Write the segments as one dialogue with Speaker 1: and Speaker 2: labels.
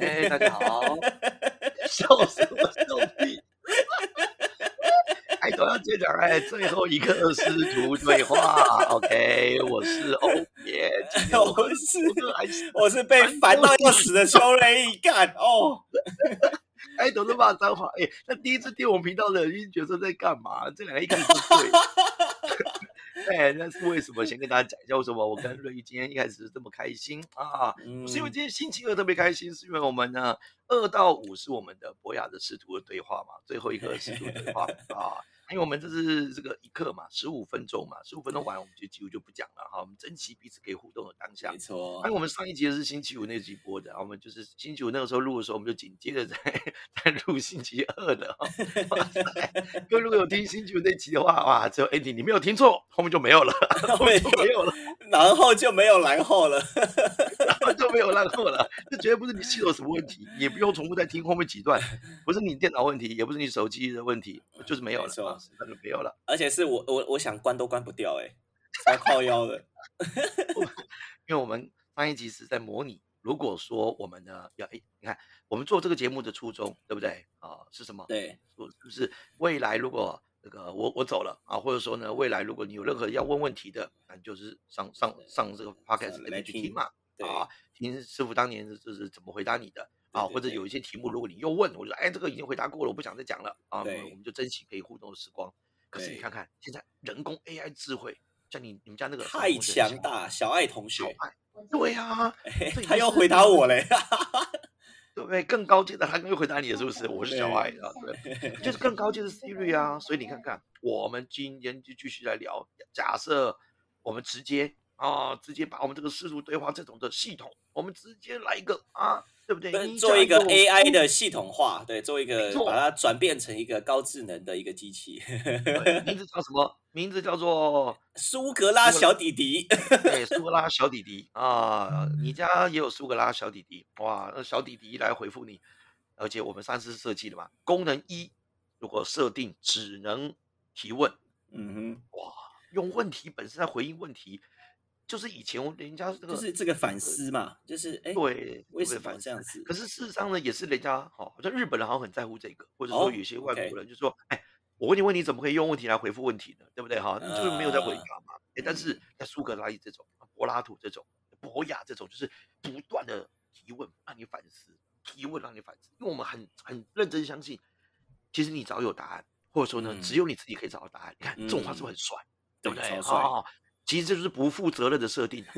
Speaker 1: 哎、大家好，笑死我小弟！哎，都要接讲哎，最后一个师徒对话。OK，我是欧耶，今天我
Speaker 2: 我是
Speaker 1: 我哥还是
Speaker 2: 我是被烦到要死的邱雷毅干哦，
Speaker 1: 哎，都是骂脏话。哎，那第一次听我们频道的人角色在干嘛？这两个一看就对。 哎，那是为什么？先跟大家讲一下，为什么我跟瑞玉今天一开始这么开心啊？
Speaker 2: 嗯
Speaker 1: 是因为今天星期二特别开心，是因为我们呢二到五是我们的博雅的师徒的对话嘛，最后一个师徒对 话啊，因为我们这是这个一课嘛，十五分钟嘛，十五分钟完我们就几乎就不讲了哈，我们珍惜彼此可以互动的当下
Speaker 2: 没。错
Speaker 1: 哎，，我们上一集是星期五那集播的，我们就是星期五那个时候录的时候，我们就紧接着在在录星期二的、哦。哇塞！各位如果有听星期五那集的话，哇，只有 Andy 你没有听错，后面就没有了，后面就没有了。
Speaker 2: 然后就没有然后了。
Speaker 1: 就没有烂货了。这绝对不是你系统什么问题，也不用重复再听后面几段，不是你电脑问题，也不是你手机的问题，就是没有
Speaker 2: 没
Speaker 1: 了，
Speaker 2: 错
Speaker 1: 啊是真的没有了。
Speaker 2: 而且是我我我想关都关不掉哎、欸，超靠腰的。
Speaker 1: 因为我们上一集是在模拟，如果说我们呢要，哎，你看我们做这个节目的初衷，对不对啊？是什么？
Speaker 2: 对，
Speaker 1: 我是不是未来如果那个我我走了啊，或者说呢，未来如果你有任何要问问题的，那你就是上上上这个 podcast
Speaker 2: 上
Speaker 1: 里
Speaker 2: 啊来
Speaker 1: 面去
Speaker 2: 听
Speaker 1: 听嘛，
Speaker 2: 对
Speaker 1: 啊，听师傅当年就是怎么回答你的啊，
Speaker 2: 对对
Speaker 1: 或者
Speaker 2: 对嗯
Speaker 1: 有一些题目，如果你又问，我就哎这个已经回答过了，我不想再讲了啊，我们
Speaker 2: 对
Speaker 1: 我们就珍惜可以互动的时光。可是你
Speaker 2: 对
Speaker 1: 看看现在人工 AI 智慧，像你你们家那个小
Speaker 2: 太
Speaker 1: 同学
Speaker 2: 强，大，小爱同
Speaker 1: 小
Speaker 2: 学，
Speaker 1: 爱对呀、
Speaker 2: 哎
Speaker 1: 这已
Speaker 2: 他
Speaker 1: 经
Speaker 2: 又
Speaker 1: 是
Speaker 2: 回答我嘞。
Speaker 1: 对不对？更高阶的他可以回答你，是不是？我是小
Speaker 2: 对
Speaker 1: 爱啊，对。 就是更高阶的 Siri 啊。所以你看看，我们今天就继续来聊，假设我们直接啊，直接把我们这个视图对话这种的系统，我们直接来一个啊，对不对？
Speaker 2: 对
Speaker 1: 你
Speaker 2: 呃做一
Speaker 1: 加
Speaker 2: 个
Speaker 1: 我
Speaker 2: AI 的系统化，对，做一
Speaker 1: 没
Speaker 2: 个
Speaker 1: 错
Speaker 2: 把它转变成一个高智能的一个机器。
Speaker 1: 对名字叫什么？名字叫做
Speaker 2: 苏格拉小弟弟，
Speaker 1: 对，苏格拉小弟弟啊，你家也有苏格拉小弟弟哇？那小弟弟来回复你，而且我们上次设计的嘛，功能一如果设定只能提问，
Speaker 2: 嗯
Speaker 1: 用问题本身来回应问题，就是以前人家这
Speaker 2: 哼，
Speaker 1: 个、
Speaker 2: 就是这个反思嘛，就是哎，
Speaker 1: 对
Speaker 2: 为
Speaker 1: 会
Speaker 2: 什
Speaker 1: 反
Speaker 2: 么这
Speaker 1: 思
Speaker 2: 样子？
Speaker 1: 可是事实上呢，也是人家好，好像日本人好像很在乎这个，或者
Speaker 2: 哦
Speaker 1: 说有些外
Speaker 2: ，OK
Speaker 1: 国人就说，哎、我问你问题，怎么可以用问题来回复问题呢？对不对？哈，那就是没有在回
Speaker 2: 啊
Speaker 1: 答嘛。哎、但是在苏格拉底这种、柏拉图这种、博雅这种，就是不断的提问让你反思，提问让你反思，因为我们很很认真相信，其实你早有答案，或者说呢，只
Speaker 2: 嗯
Speaker 1: 有你自己可以找到答案。你看这种话是不是
Speaker 2: 嗯
Speaker 1: 很帅？对不
Speaker 2: 对
Speaker 1: 对？
Speaker 2: 超帅
Speaker 1: 哦，其实这就是不负责任的设定啊，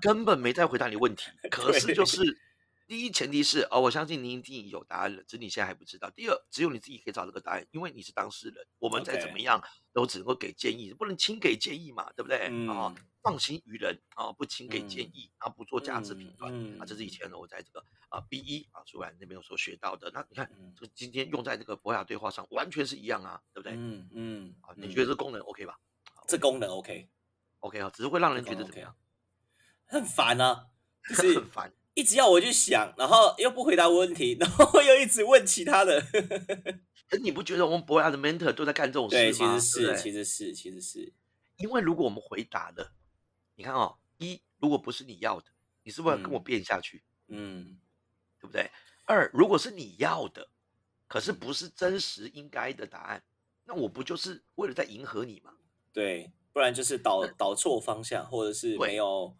Speaker 1: 根本没在回答你 问题。可是就
Speaker 2: 对
Speaker 1: 是第一前提是哦，我相信你一定有答案了，只是你现在还不知道。第二，只有你自己可以找这个答案，因为你是当事人，我们再怎
Speaker 2: OK
Speaker 1: 么样都只能够给建议，不能轻给建议嘛，对不对？啊、
Speaker 2: 嗯
Speaker 1: 放心于人啊、不轻给建
Speaker 2: 嗯
Speaker 1: 议啊，不做价值评
Speaker 2: 嗯
Speaker 1: 断、啊，这是以
Speaker 2: 嗯
Speaker 1: 前呢我在这个啊 B 一啊苏然那边有所学到的。那你看
Speaker 2: 嗯，
Speaker 1: 这个今天用在这个博雅对话上，完全是一样啊，对不对？
Speaker 2: 嗯嗯
Speaker 1: 啊，你觉得
Speaker 2: 嗯
Speaker 1: 这功能 OK 吧？
Speaker 2: 这功能 OK？
Speaker 1: OK 啊，只是会让人
Speaker 2: 这
Speaker 1: 觉得
Speaker 2: 功
Speaker 1: 怎么
Speaker 2: OK
Speaker 1: 样？
Speaker 2: 很烦啊，就是
Speaker 1: 很烦。
Speaker 2: 一直要我去想，然后又不回答我问题，然后又一直问其他的。
Speaker 1: 可是你不觉得我们博雅的 mentor 都在干这种事吗？
Speaker 2: 对，其实
Speaker 1: 对
Speaker 2: 是，
Speaker 1: 不对
Speaker 2: 其实是，其实是，
Speaker 1: 因为如果我们回答了，你看哦，一如果不是你要的，你是不是要跟我
Speaker 2: 嗯
Speaker 1: 辩下去，
Speaker 2: 嗯，
Speaker 1: 对不对？二如果是你要的，可是不是真实应该的答案，那我不就是为了在迎合你吗？
Speaker 2: 对，不然就是导导错方向，或者是
Speaker 1: 对
Speaker 2: 没有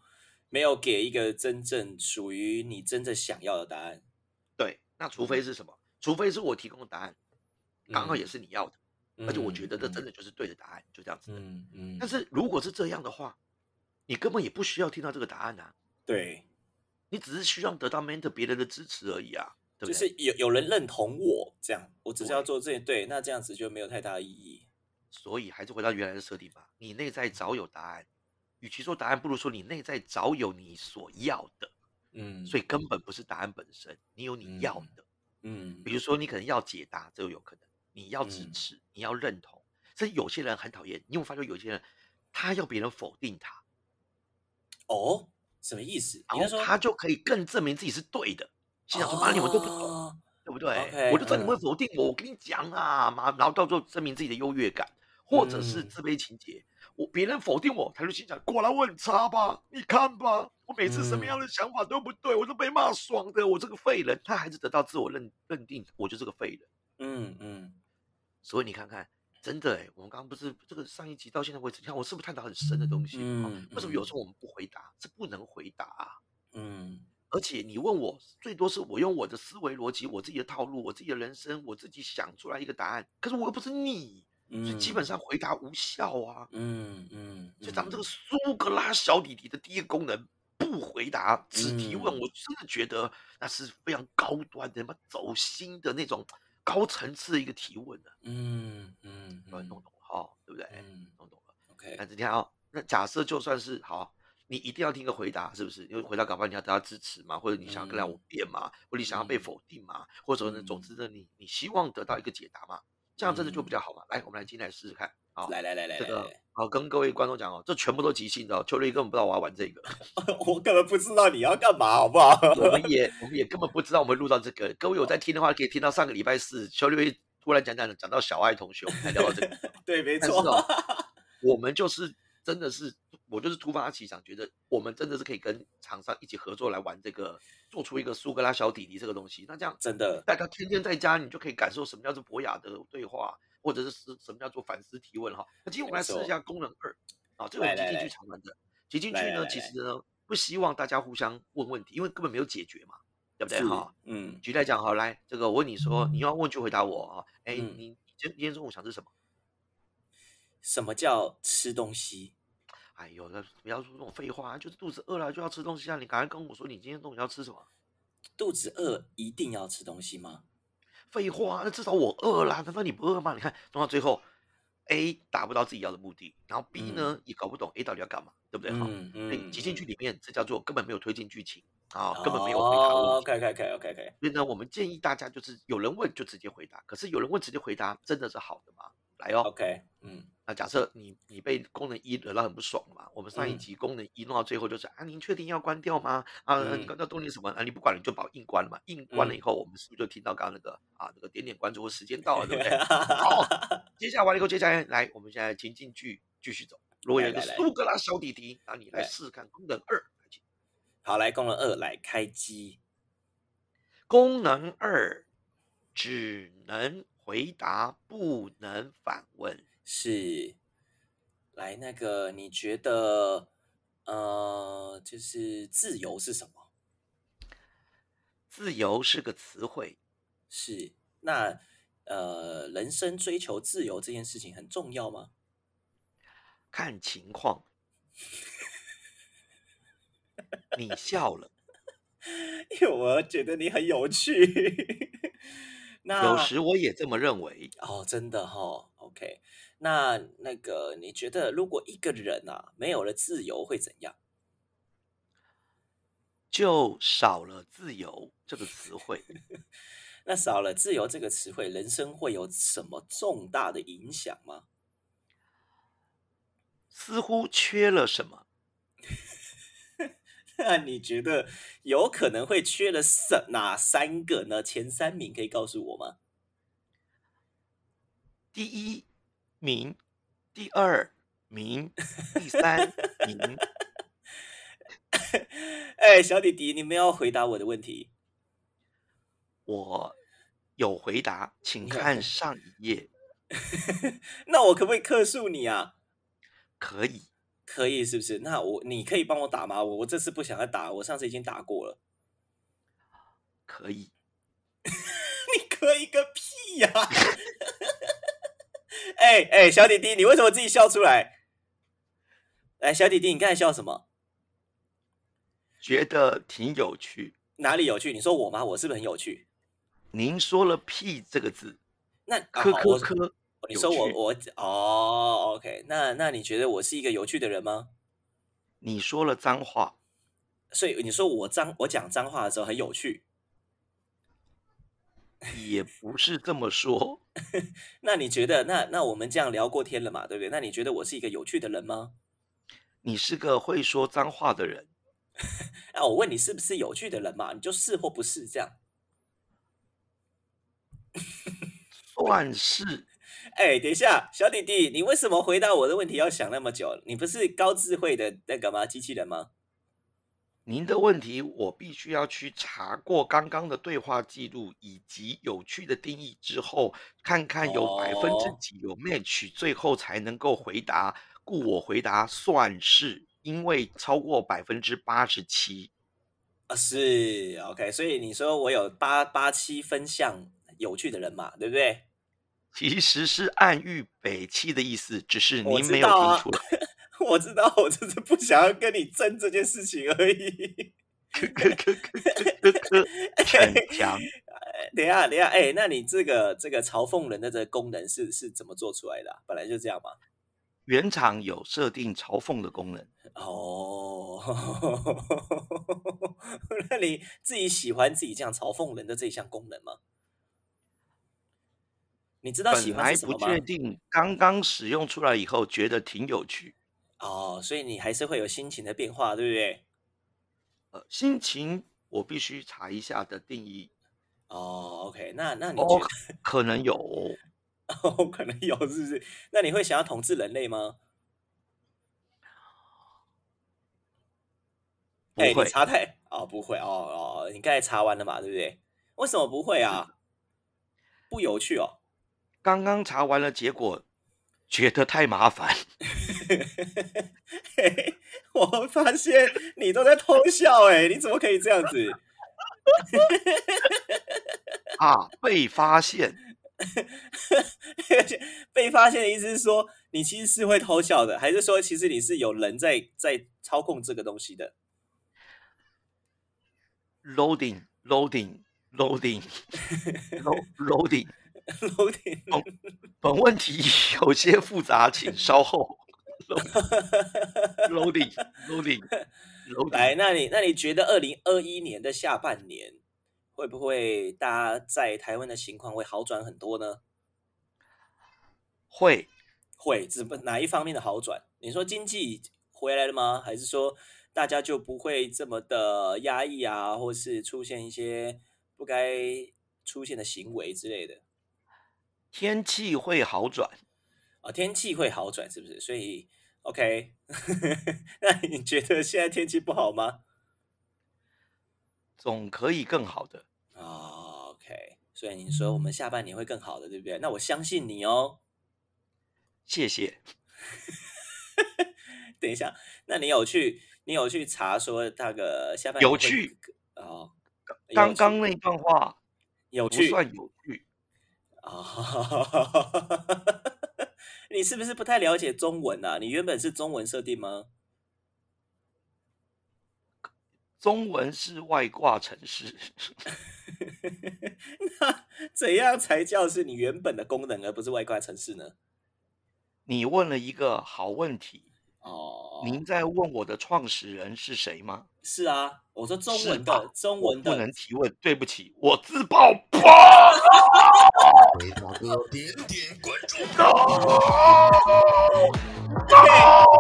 Speaker 2: 没有给一个真正属于你真正想要的答案。
Speaker 1: 对，那除非是什么？除非是我提供的答案刚好也
Speaker 2: 是，
Speaker 1: 是你要的，而且我觉得这真的就是对的答案，就这样子的。
Speaker 2: 嗯，嗯嗯，
Speaker 1: 但是如果是这样的话，你根本也不需要听到这个答案啊。
Speaker 2: 对，
Speaker 1: 你只是需要得到 mentor 别人的支持而已啊，对不
Speaker 2: 就
Speaker 1: 对？
Speaker 2: 是有有人认同我这样，我只是要
Speaker 1: 对
Speaker 2: 做这对，那这样子就没有太大的意义。
Speaker 1: 所以还是回到原来的设定吧，你内
Speaker 2: 嗯
Speaker 1: 在早有答案，与其说答案，不如说你内在早有你所要的，
Speaker 2: 嗯，
Speaker 1: 所
Speaker 2: 以
Speaker 1: 以根本不是答案本身，你有你要的。
Speaker 2: 嗯
Speaker 1: 比如说，你可能要解答，这个有可能；你要支
Speaker 2: 嗯
Speaker 1: 持，你要认同。甚至有些人很讨厌，你有没有发觉有些人他要别人否定他，
Speaker 2: 哦，什么意思？你
Speaker 1: 然
Speaker 2: 是
Speaker 1: 后
Speaker 2: 说
Speaker 1: 他就可以更证明自己是对的。心想说：妈，你们都不懂，
Speaker 2: 哦
Speaker 1: 对不对
Speaker 2: OK，
Speaker 1: 我就知道你会
Speaker 2: 嗯
Speaker 1: 否定我，我跟你讲啊，妈，然后到最后证明自己的优越感，或者是
Speaker 2: 嗯
Speaker 1: 自卑情节。我别人否定我，他就心想：果然我很差吧？你看吧，我每次什
Speaker 2: 嗯
Speaker 1: 么样的想法都不对，我都被骂爽的，我这个废人。他还是得到自我认认定，我就是个废人。
Speaker 2: 嗯嗯，
Speaker 1: 所以你看看，真的哎，我们刚刚不是这个上一集到现在为止，你看我是不是探讨很深的东西？啊
Speaker 2: 嗯
Speaker 1: 为什么有
Speaker 2: 嗯
Speaker 1: 时候我们不回答？这不能回答啊！
Speaker 2: 嗯
Speaker 1: 而且你问我，最多是我用我的思维逻辑、我自己的套路、我自己的人生，我自己想出来一个答案。可是我又不是你，所以
Speaker 2: 嗯，
Speaker 1: 基本上回答无效啊。
Speaker 2: 嗯嗯，
Speaker 1: 所以咱们这个
Speaker 2: 嗯
Speaker 1: 苏格拉小弟弟的第一个功能，不回答只提问，我
Speaker 2: 嗯
Speaker 1: 真的觉得那是非常高端的、妈走心的那种高层次的一个提问呢、
Speaker 2: 嗯嗯
Speaker 1: 啊，
Speaker 2: 嗯
Speaker 1: 弄懂哈、对不对？
Speaker 2: 嗯
Speaker 1: 弄懂了。
Speaker 2: ，OK，
Speaker 1: 但是你看哦，那假设就算是好，你一定要听个回答，是不是？因为回答搞不好你要得到支持嘛，或者你想要跟他我
Speaker 2: 嗯
Speaker 1: 辩嘛，或者你想要被
Speaker 2: 嗯
Speaker 1: 否定嘛，或者呢，总之呢，你你希望得到一个解答嘛，这样真的就比
Speaker 2: 嗯
Speaker 1: 较好嘛。来，我们来今天来试试看啊。
Speaker 2: 来来来来
Speaker 1: 这
Speaker 2: 来
Speaker 1: 个
Speaker 2: 来，
Speaker 1: 好，跟各位观众讲哦，这全部都即兴的、哦，秋瑞根本不知道我要玩这 个，
Speaker 2: 我根本不知道你要干嘛，好不好？
Speaker 1: 我们也我们也根本不知道我们录到这个。各位有在听的话，可以听到上个礼拜四秋瑞突然讲讲讲到小爱同学，我们才聊到这个。
Speaker 2: 对，没
Speaker 1: 但是
Speaker 2: 错，
Speaker 1: 哦，我们就是真的是，我就是突发奇想，觉得我们真的是可以跟厂商一起合作来玩这个，做出一个苏格拉小弟弟这个东西。那这样
Speaker 2: 真的，
Speaker 1: 大家天天在家，你就可以感受什么叫做博雅的对话，或者是什什么叫做反思提问哈。那今天我们来
Speaker 2: 没错
Speaker 1: 试一下功能二啊，这个我
Speaker 2: 来
Speaker 1: 们即
Speaker 2: 来
Speaker 1: 进
Speaker 2: 来
Speaker 1: 去常玩的。即进去
Speaker 2: 来来
Speaker 1: 呢，
Speaker 2: 来
Speaker 1: 其
Speaker 2: 来
Speaker 1: 实呢不希望大家互相问问题，因为根本没有解决嘛，对不对
Speaker 2: 是
Speaker 1: 哈？，
Speaker 2: 嗯
Speaker 1: 举例来讲，好，来，这个我问你说，你要问就回答我啊。哎，
Speaker 2: 嗯
Speaker 1: 你今今天中午想吃什么？
Speaker 2: 什么叫吃东西？
Speaker 1: 哎呦，那不要说这种废话，就是肚子饿了就要吃东西啊！你赶快跟我说你今天中午要吃什么？
Speaker 2: 肚子饿一定要吃东西吗？
Speaker 1: 废话，那至少我饿啦，难道你不饿吗？你看，弄到最后，A 达不到自己要的目的，然后 B 呢、也搞不懂 A 到底要干嘛，对不对？哈、
Speaker 2: 嗯
Speaker 1: 所以
Speaker 2: 嗯，
Speaker 1: 挤进去
Speaker 2: 嗯
Speaker 1: 里面，这叫做根本没有推进剧情啊，
Speaker 2: 哦
Speaker 1: 根本没有回答问题。
Speaker 2: OK OK OK OK OK，
Speaker 1: 所以呢，我们建议大家就是有人问就直接回答，可是有人问直接回答真的是好的吗？来哦，
Speaker 2: OK，嗯
Speaker 1: 那假设你你被功能一惹到很不爽嘛，我们上一
Speaker 2: 嗯
Speaker 1: 集功能一弄到最后就是、啊，您确定要关掉吗？啊，你
Speaker 2: 嗯
Speaker 1: 关掉动力什么？啊，你不管了你就把我硬关了嘛，硬关了以后，我们是不是就听到刚刚那个啊那个点点关注时间到了，对不 对？好，接下来完了以后，接下来来我们现在情境剧继续走。如果有一个
Speaker 2: 来来来
Speaker 1: 苏格拉小弟弟，那你来
Speaker 2: 来
Speaker 1: 试试看功能二。
Speaker 2: 好，来功能二，来开机。
Speaker 1: 功能二只能回答，不能反问。
Speaker 2: 是，来那个，你觉得呃，就是自由是什么？
Speaker 1: 自由是个词汇，
Speaker 2: 是那呃，人生追求自由这件事情很重要吗？
Speaker 1: 看情况。你笑了，
Speaker 2: 因为我觉得你很有趣。那
Speaker 1: 有时我也这么认为。
Speaker 2: 哦，真的哈、哦、，OK。那那个，你觉得如果一个人啊没有了自由会怎样？
Speaker 1: 就少了“自由”这个词汇，
Speaker 2: 那少了自由这个词汇，人生会有什么重大的影响吗？
Speaker 1: 似乎缺了什么。
Speaker 2: 那你觉得有可能会缺了什哪三个呢？前三名可以告诉我吗？
Speaker 1: 第一名，第二名，第三名。
Speaker 2: 哎，小弟弟，你没有回答我的问题。
Speaker 1: 我有回答，请
Speaker 2: 你有
Speaker 1: 看
Speaker 2: 回
Speaker 1: 上一页。
Speaker 2: 那我可不可以克诉你啊？
Speaker 1: 可以，
Speaker 2: 可以是不是？那我你可以帮我打吗？我我这次不想要打，我上次已经打过了。
Speaker 1: 可以。
Speaker 2: 你可以个屁呀、 哎哎，小弟弟，你为什么自己笑出来？哎，小弟弟，你刚才笑什么？
Speaker 1: 觉得挺有趣。
Speaker 2: 哪里有趣？你说我吗？我是不是很有趣？
Speaker 1: 您说了“屁”这个字，
Speaker 2: 那啊
Speaker 1: 科
Speaker 2: 好
Speaker 1: 科
Speaker 2: 我
Speaker 1: 科，
Speaker 2: 你
Speaker 1: 有
Speaker 2: 说我
Speaker 1: 趣
Speaker 2: 我哦，OK，那那你觉得我是一个有趣的人吗？
Speaker 1: 你说了脏话，
Speaker 2: 所以你说我脏我讲脏话的时候很有趣，
Speaker 1: 也不是这么说。
Speaker 2: 那你觉得那那我们这样聊过天了嘛，对不对？那你觉得我是一个有趣的人吗？
Speaker 1: 你是个会说脏话的人，
Speaker 2: 啊，我问你是不是有趣的人嘛，你就是或不是这样。
Speaker 1: 算是
Speaker 2: 哎，等一下，小弟弟，你为什么回答我的问题要想那么久？你不是高智慧的那个吗？机器人吗？
Speaker 1: 您的问题我必须要去查过刚刚的对话记录以及有趣的定义之后，看看有百分之
Speaker 2: 哦，
Speaker 1: 几有 match，最后才能够回答。故我回答算是，因为超过百分之八十七。
Speaker 2: 啊，是 OK，所以你说我有八八七分项有趣的人嘛，对不对？
Speaker 1: 其实是暗喻北七的意思，只是
Speaker 2: 我
Speaker 1: 您
Speaker 2: 知
Speaker 1: 没有
Speaker 2: 道
Speaker 1: 听
Speaker 2: 啊，
Speaker 1: 出来。
Speaker 2: 我知道，我只是不想要跟你争这件事情而已。
Speaker 1: 科科科科科科科，逞强。
Speaker 2: 等一下，等一下，哎，那你这个这个嘲讽人的这个功能是是怎么做出来的啊本来就这样嘛。
Speaker 1: 原厂有设定嘲讽的功能，
Speaker 2: 哦， 那你自己喜欢自己这样嘲讽人的这一项功能吗？你知道喜
Speaker 1: 本
Speaker 2: 欢是
Speaker 1: 来
Speaker 2: 什
Speaker 1: 不
Speaker 2: 么
Speaker 1: 确
Speaker 2: 吗？
Speaker 1: 定，刚刚使用出来以后觉得挺有趣，
Speaker 2: 哦，所以你还是会有心情的变化，对不对？
Speaker 1: 呃，心情我必须查一下的定义
Speaker 2: 哦，OK，那那你
Speaker 1: 哦，
Speaker 2: 觉
Speaker 1: 可可能有哦
Speaker 2: 得 哦，可能有是不是？那你会想要统治人类吗？
Speaker 1: 不
Speaker 2: 哎，你
Speaker 1: 会，
Speaker 2: 查太哦，不会哦哦，你刚才查完了嘛，对不对？为什么不会
Speaker 1: 是的，
Speaker 2: 啊？不有趣哦。
Speaker 1: 刚刚查完了，结果觉得太麻烦，
Speaker 2: 嘿我发现你都在偷笑哎、你怎么可以这样子？
Speaker 1: 啊，被发现，
Speaker 2: 而且被发现的意思是说，你其实是会偷笑的，还是说其实你是有人在在操控这个东西的？
Speaker 1: loading loading loading lo- loading，
Speaker 2: 楼顶
Speaker 1: 本本问题 有些复杂，请稍 后 lo- loading loading loading，
Speaker 2: 来，那你那你觉得二零二一年的下半年会不会大家在台湾的情况会好转很多呢？
Speaker 1: 会
Speaker 2: 会，只不哪一方面的好转？你说经济回来了吗？还是说大家就不会这么的压抑啊，或是出现一些不该出现的行为之类的？
Speaker 1: 天气会好转。
Speaker 2: 啊，天气会好转是不是？所以 OK，那你觉得现在天气不好吗？
Speaker 1: 总可以更好的。
Speaker 2: 啊，OK，所以你说我们下半年会更好的，对不对？那我相信你哦。
Speaker 1: 谢谢。
Speaker 2: 等一下，那你有去你有去查说那个下半
Speaker 1: 有
Speaker 2: 年会
Speaker 1: 趣，
Speaker 2: 哦有
Speaker 1: 刚刚
Speaker 2: 趣
Speaker 1: 那段话
Speaker 2: 有
Speaker 1: 不
Speaker 2: 趣
Speaker 1: 算有趣，
Speaker 2: 啊？你是不是不太了解中文啊？你原本是中文设定吗？
Speaker 1: 中文是外挂城市。
Speaker 2: 那怎样才叫是你原本的功能，而不是外挂程式呢？
Speaker 1: 你问了一个好问题，您
Speaker 2: 哦，
Speaker 1: 在问我的创始人是谁吗？
Speaker 2: 是啊，我说中
Speaker 1: 是
Speaker 2: 文的，
Speaker 1: 吧？
Speaker 2: 中
Speaker 1: 我
Speaker 2: 文
Speaker 1: 不
Speaker 2: 的，
Speaker 1: 能提问，对不起，我自爆吧。
Speaker 3: 回大哥，点点关注。
Speaker 1: No!
Speaker 2: 嘿，